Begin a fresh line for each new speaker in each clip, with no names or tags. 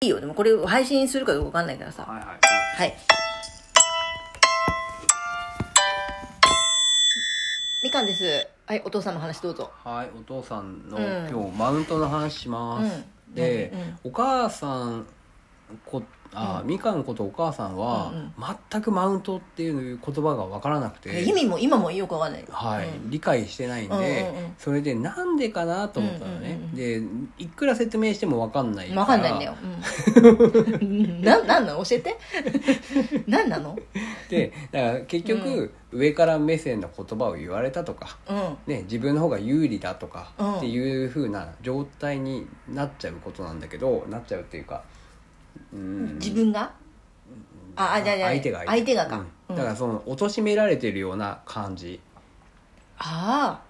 いいよでもこれ配信するかどうかわかんないからさ
はいはい
はいみかんですはいお父さんの話どうぞ
はいお父さんの、
うん
今日マウントの話します、
うん
で、
うん
お母さんこあ、みかんことお母さんは、
うん
全くマウントっていう言葉が分からなくて
意味も今もよくわかんない
はい、
うん
理解してないんで、
うんうんうん
それでなんでかなと思ったの
う
ね、
んうんうん
でいくら説明しても分かんない
わかんないんだよ、 うん、ななんなの教えてなんなの
でだから結局、上から目線の言葉を言われたとか、
うん
ね、自分の方が有利だとか
うん
っていう風な状態になっちゃうことなんだけどなっちゃうっていうか、うん
自分がああじゃあじゃあ
相手が
相手がか
うん
うん
だからその貶められてるような感じ
ああ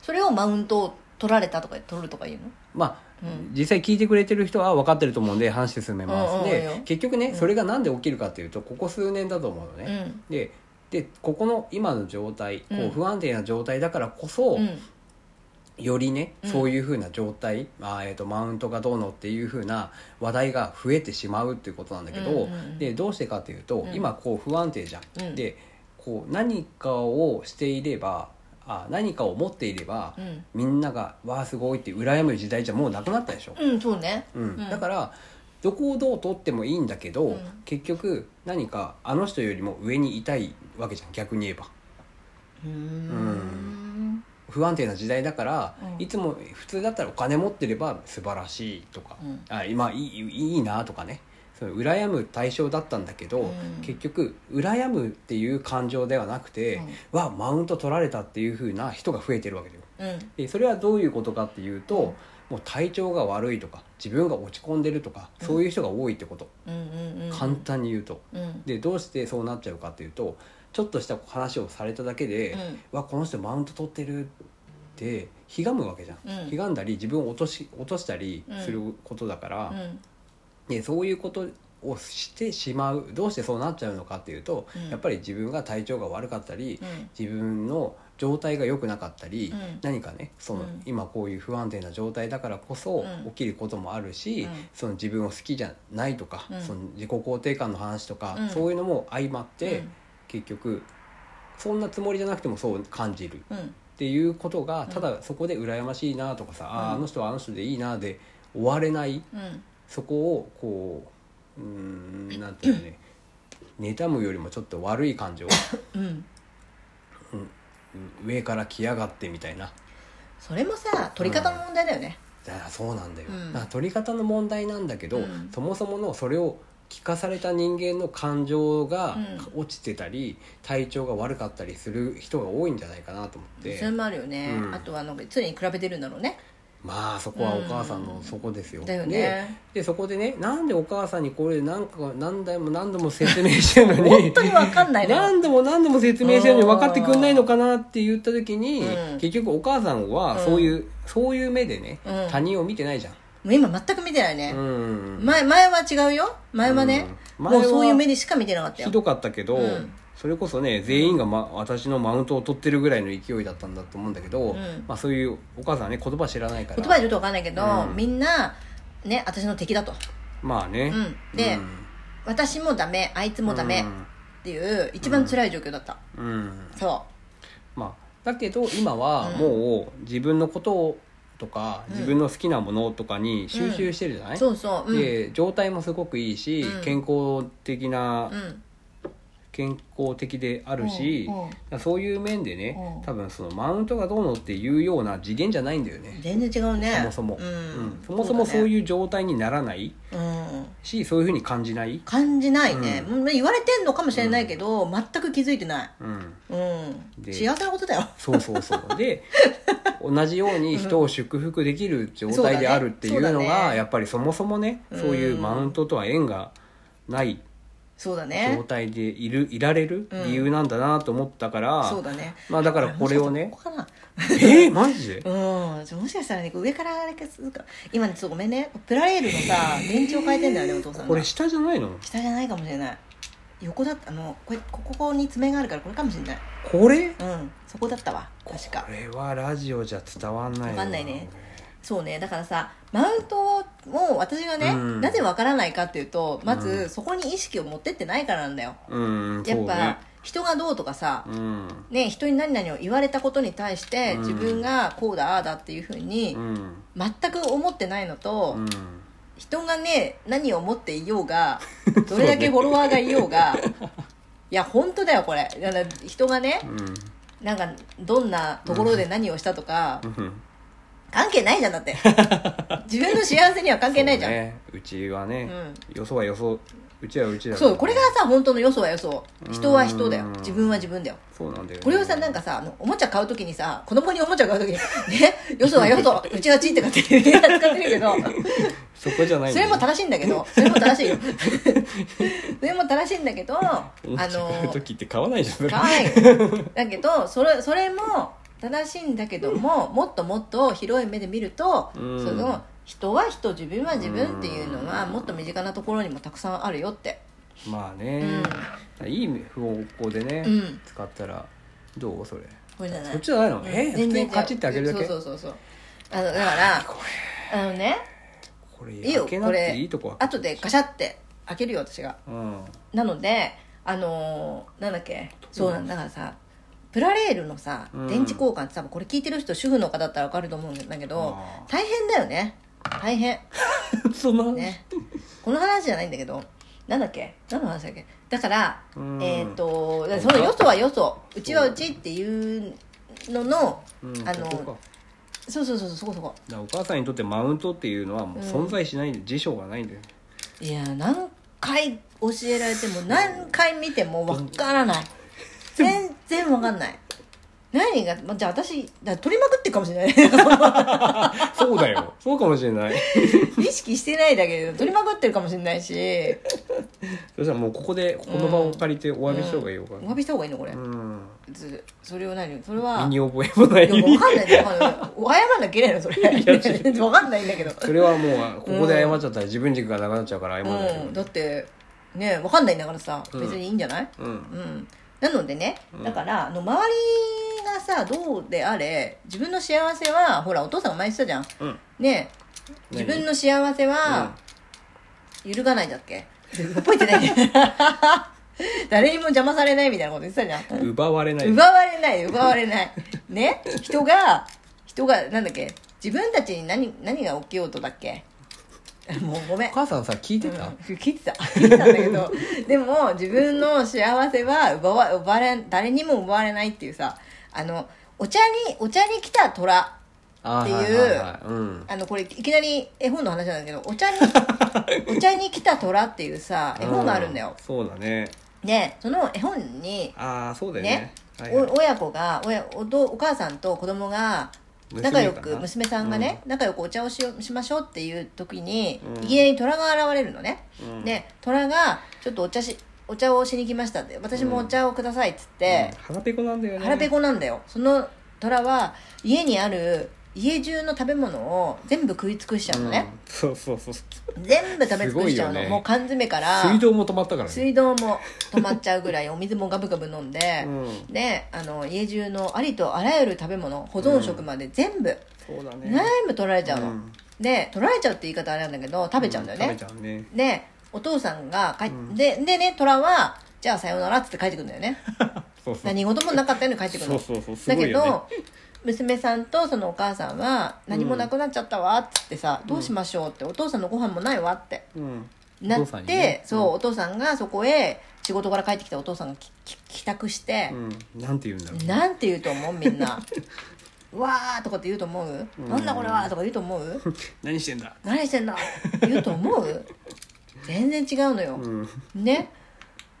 それをマウントを取られたとか取るとか言うの
まあ、
うん
実際聞いてくれてる人は分かってると思うんで話進めます、
うんうんいいよ
で結局ねそれがなんで起きるかっていうとここ数年だと思うのね、
うん
ででここの今の状態こ
うん
う不安定な状態だからこそ、
うん
よりね、
うん
そういうふうな状態、まあえー、とマウントがどうのっていうふうな話題が増えてしまうっていうことなんだけど、
うんうんうん
でどうしてかというと、
うん
今こう不安定じゃん。
うん
でこう何かをしていればあ何かを持っていれば、
うん
みんなが「わあすごい」って羨む時代じゃもうなくなったでしょ。
うんそうね
うん
うん
だからどこをどう取ってもいいんだけど、
うん
結局何かあの人よりも上にいたいわけじゃん逆に言えば。
うーん
不安定な時代だから、
うん
いつも普通だったらお金持ってれば素晴らしいとか、
うん
あ今いいいいなとかねその羨む対象だったんだけど、
うん
結局羨むっていう感情ではなくて、はマウント取られたっていう風な人が増えてるわけだよ
うん
でそれはどういうことかっていうと、もう体調が悪いとか自分が落ち込んでるとか、そういう人が多いってこと
うんうんうん
簡単に言うと、
うん
でどうしてそうなっちゃうかっていうとちょっとした話をされただけで、わこの人マウント取ってるってひがむわけじゃん、
うん
ひがんだり自分を落とし落としたりすることだから、
うん
でそういうことをしてしまうどうしてそうなっちゃうのかっていうと、
うん
やっぱり自分が体調が悪かったり、
うん
自分の状態が良くなかったり、
うん
何かねその、
うん
今こういう不安定な状態だからこそ
うん
起きることもあるし、
うん
その自分を好きじゃないとか、
うん
その自己肯定感の話とか、
うん
そういうのも相まって、
うん
結局そんなつもりじゃなくてもそう感じるっ
うん
ていうことが、
ん
ただそこで羨ましいなとかさ、あ
うん
ーあの人はあの人でいいなで終われない
うん
そこをこううーんなんていうの ね妬むよりもちょっと悪い感情
うん
うん上から来やがってみたいな
それもさ取り方の問題だよね
だからそうなんだよ、
うん
だから取り方の問題なんだけど、
うん
そもそものそれを聞かされた人間の感情が落ちてたり、体調が悪かったりする人が多いんじゃないかなと思って
それもあるよね
うん
あとはなんか常に比べてるんだろうね
まあそこはお母さんのそこですよ、
だよね
ででそこでねなんでお母さんにこれ何か何台も何度も説明してるのに
本当にわかんないのよ
何度も何度も説明してるのに分かってくんないのかなって言った時に、
うん
結局お母さんはそういう、そういう目でね、
うん
他人を見てないじゃん、
もう今全く見てないね
うん
前前は違うよ前はね
うん
もうそういう目
前は
でしか見てなかったよ
ひどかったけど、
うん
それこそね全員が、ま、私のマウントを取ってるぐらいの勢いだったんだと思うんだけど、
ん
まあ、そういうお母さんはね言葉知らないから
言葉はちょっとわかんないけど
うん
みんなね私の敵だと
まあね、
うんで私もダメあいつもダメっていう一番辛い状況だった
うん、うん
そ
まあ、だけど今はもう自分のことをとか、
うん
自分の好きなものとかに集中してるじゃな
う
い、
そうそううん
で状態もすごくいいし、
うん
健康的な、
うん
健康的であるし、
うんうん
だからそういう面でね、
うん
多分そのマウントがどうのっていうような次元じゃないんだよね、
全然違うね
そもそも、
う
うん
ん
そもそもそう
う
いう状態にならない
だねうん
しそういうふうに感じない、
感じないねもう言われてんのかもしれないけど全く気づいてない
うん、
うん
で
幸せなことだよ
そうそうそうで同じように人を祝福できる状態であるっていう
そ
の
うだ
が
ね
やっぱりそもそもね
うん
そういうマウントとは縁がない
そうだ
状
ね
態でいるいられる理由なんだなと思ったから、
そうだね
まあだからこれをね
ここかな
えー、マジで
うん、じゃあもしかしたらね、上からあれかするか。今ね、ちょっとごめんね。プラレールのさ、電池を変えてんだよね、お父さんが。
これ下じゃないの
下じゃないかもしれない。横だった、あの、これ、ここここに爪があるから、これかもしれない。
これ
うん、そこだったわ。確か
こ。れはラジオじゃ伝わんない
わかんないねそうねだからさマウントも私がね、
うん
なぜわからないかっていうとまず、
うん
そこに意識を持ってってないからなんだよ
うん
やっぱ、
ぱ
人がどうとかさ、
うん
ね、人に何々を言われたことに対して、
うん
自分がこうだああだっていうふうに
う、ん
全く思ってないのと、
うん
人がね何を思っていよう がどれだけフォロワーがいようがいや本当だよこれだから人がねなんかどんなところで何をしたとか、
うん
関係ないじゃん だって自分の幸せには関係ないじゃん
そ
そうう,、
ねうちはねよそはよそうちはうちだから
これがさ本当のよそはよそ人は人だよ
うん
自分は自分だよ
そうなんだよね
これをさなんかさあのおもちゃ買う時にさ子供におもちゃ買う時に「ねよそはよ そうちはち」ってかって言って使ってるけど
そこじゃないん
それ
だよ
も正しいんだけどそれも正しい よそれも正しいんだけどあ
お家買う
の
時って買わないじゃんそれ
可愛いだけどそれそれも正しいんだけどももっともっと広い目で見ると、
うん
その人は人自分は自分っていうのはもっと身近なところにもたくさんあるよって
まあね、いい方向でね、
うん
使ったらどうそれ
これじゃない
そっちじゃないの、え普通にカチってあげるだけ
そうそうそうそうあのだからあのね
これ
いいよ
開けなく
これ
ていいとこ開け
後でガシャって開けるよ私が
うん
なのであのーなんだっけそうなんだからさプラレールのさ
うん
電池交換って多分これ聞いてる人主婦の方だったら分かると思うんだけど
あ
大変だよね大変
そんな、
ねこの話じゃないんだけどなんだっけ何の話だっけだから、
うん
えっ、とだからそのよそはよそうちはうちっていうのの
うん、
あ
あ
の
のだか
そうそうそうそうそこそこ
らお母さんにとってマウントっていうのはもう存在しないんで、辞書がないんだよ
いや何回教えられても何回見てもわからない全然わかんない何がまじゃあ私だから取りまくってるかもしれない
そうだよそうかもしれない
意識してないだけで取りまくってるかもしれないし
そしたらもうここでこの場を借りてお詫びした方がいいよか
お詫びした方がいいのこれ、
うん、
ずそれを何それは
身に覚えもない
いやわかんないですわかんない謝らなきゃいけないのそれ全 然わかんないんだけど
それはもうここで謝っちゃったら自分軸がなくなっちゃうから謝らない
うんだってねわかんないんだからさ
うん
別にいいんじゃない
うん、
うんなのでね
うん
だからあの周りがさどうであれ自分の幸せはほらお父さんが前言ってたじゃん
うん、
ね自分の幸せは揺るがないんだっけ覚えてないね 誰にも邪魔されないみたいなこと言ってたじゃん
奪われない
奪われない奪われないね人が人がなんだっけ自分たちに何何が起きようとだっけ もうごめん
お母さんさ聞いてた、
聞いてた聞いてたんだけどでも自分の幸せは奪わ奪われ誰にも奪われないっていうさあのお茶にお茶に来た虎
あー
っていう
はいはいはいうん
あのこれいきなり絵本の話なんだけどお茶にお茶に来た虎っていうさ絵本があるんだよ
うそうだね
でその絵本に
ああそうだよ
ね
ねはいはい
お親子が親おどお母さんと子供が
娘
仲良
か
く
な
娘さんがね、仲良くお茶をしようしましょうっていう時に、
うん
いきなり虎が現れるのね、
うん
で虎が「ちょっとお茶しお茶をしに来ました」って「私もお茶をください」っつって
うん、腹ペコなんだよね
腹ペコなんだよその虎は家にある家中の食べ物を全部食い尽くしちゃうのね
う、んそうそうそう
全部食べ尽くしちゃう
すご
の、
いよね
もう缶詰から
水道も止まったからね
水道も止まっちゃうぐらいお水もガブガブ飲んで、
うん
であの家中のありとあらゆる食べ物保存食まで全部、
そうだね
全部取られちゃうの、
うん
で取られちゃうって言い方あれなんだけど食べちゃうんだよね、
食べちゃうね
でお父さんが帰っ、ででね虎は「じゃあさようなら」っつって帰ってくるんだよね
そうそう
何事もなかったように帰ってくる
そ
の
うそうそうす
だ
ご
け
いよね
ど娘さんとそのお母さんは「何もなくなっちゃったわ」っつってさ「どうしましょう」って「お父さんのご飯もないわ」って
うん
な
お
っ
父さん
て、
にね
そう、お父さんがそこへ仕事から帰ってきたお父さんがきき帰宅して
う、んなんて言うんだろう
なんて言うと思うみん なうわーとかって言うと思う、なんだこれはとか言うと思う
何してんだ
何してんだ言うと思う全然違うのよ
う、ん
ね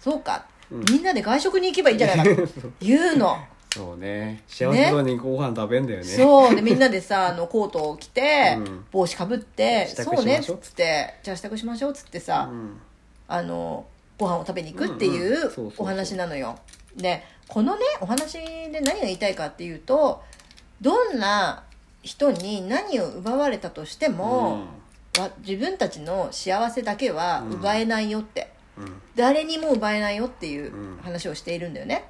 そうか、みんなで外食に行けばいいんじゃ ないかと言うの
そうね幸せそうにご飯食べんだよね
そうでみんなでさあのコートを着て、
うん
帽子かぶって「
支度
そうね」っ
しまし
つ
ょ
っ
う
て「じゃあ支度しましょう」っつってさ、
うん
あのご飯を食べに行くっていう
うんうんそうそうそう
お話なのよ。でこのねお話で何が言いたいかっていうとどんな人に何を奪われたとしても、わ自分たちの幸せだけは奪えないよって、
うん
誰にも奪えないよっていう
うん
話をしているんだよね。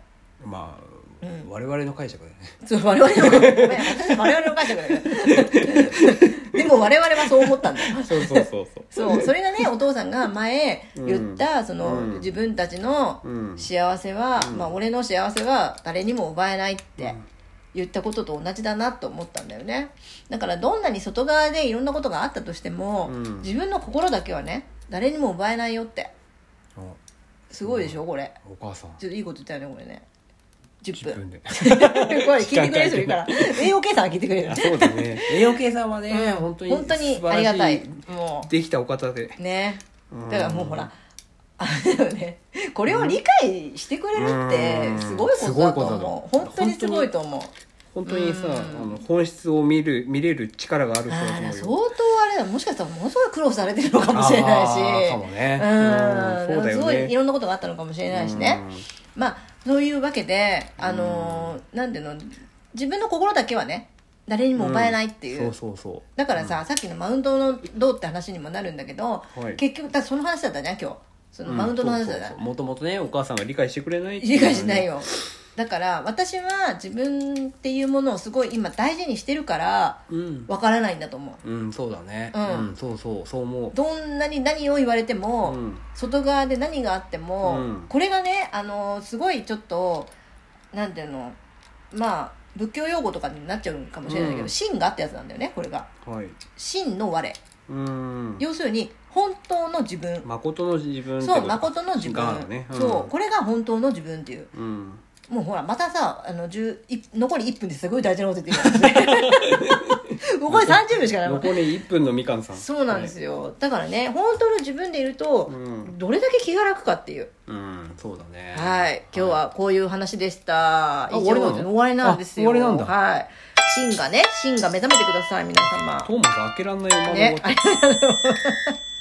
まあ
うん
我々の解釈だよね
そう我々のごめん私我々の解釈だけ どでも我々はそう思ったんだよ
そうそうそう そう
そうそれがねお父さんが前言った、その、
うん
自分たちの
うん
幸せは、
うん
まあ、俺の幸せは誰にも奪えないって言ったことと同じだなと思ったんだよねだからどんなに外側でいろんなことがあったとしても、
うん
自分の心だけはね誰にも奪えないよってすごいでしょこれ
お母さん
ちょっといいこと言ったよねこれね10分
自分で
これ聞いてくれる人いるから栄養計算は聞いてくれる
あそうだね 栄養計算はね、
うん
本当に
本当に
素晴ら
あ
し
りがたいも
できたお方で
うね
うん
だからもうほらあれだよねこれを理解してくれるってすごいことだと思う
うん
本当にすごいと思う
本当にさ、
うん
あの本質を見る見れる力がある人だ
ああ
と
相
思うよ
当あれだもしかしたらものすごい苦労されてるのかもしれないし
あーかもね
うん
うんそうだよね
すごいいろんなことがあったのかもしれないしねまあそういうわけであのーなんていうの自分の心だけはね誰にも奪えないっていう
そうそうそ
だからさ、さっきのマウンドのどうって話にもなるんだけど、
はい
結局だからその話だったじゃん今日そうのマウンドの話だ
う
っ
ん
た
そうそうそうもともとねお母さんが理解してくれないってう
理解しないよだから私は自分っていうものをすごい今大事にしてるから
うん、
わからないんだと思う
うん、そうだね
う
うんん、そうそうそう思う
どんなに何を言われても、
うん
外側で何があっても、
うん
これがねあのすごいちょっとなんていうのまあ仏教用語とかになっちゃうかもしれないけど、
うん
真がってやつなんだよねこれが
はい
真の我
うん
要するに本当の自分
誠の自分ってこ
そ
と
う誠の自
が
分、
ね、ん
そうこれが本当の自分っていう
うん
もうほらまたさあの10い残り1分ですごい大事なこと言ってるから ね残り30秒しかないもん
残り1分のみかんさん
そうなんです
よ、
よだからね本当の自分でいると
うん
どれだけ気が楽かっていう
うん、そうだね
はい今日はこういう話でした
あ終わりなの
以上終わりなんですよ
あ終わりなんだ
はい芯がね芯が目覚めてください皆様
トーマス開けらんない馬の
ね
ね
ありがとうございます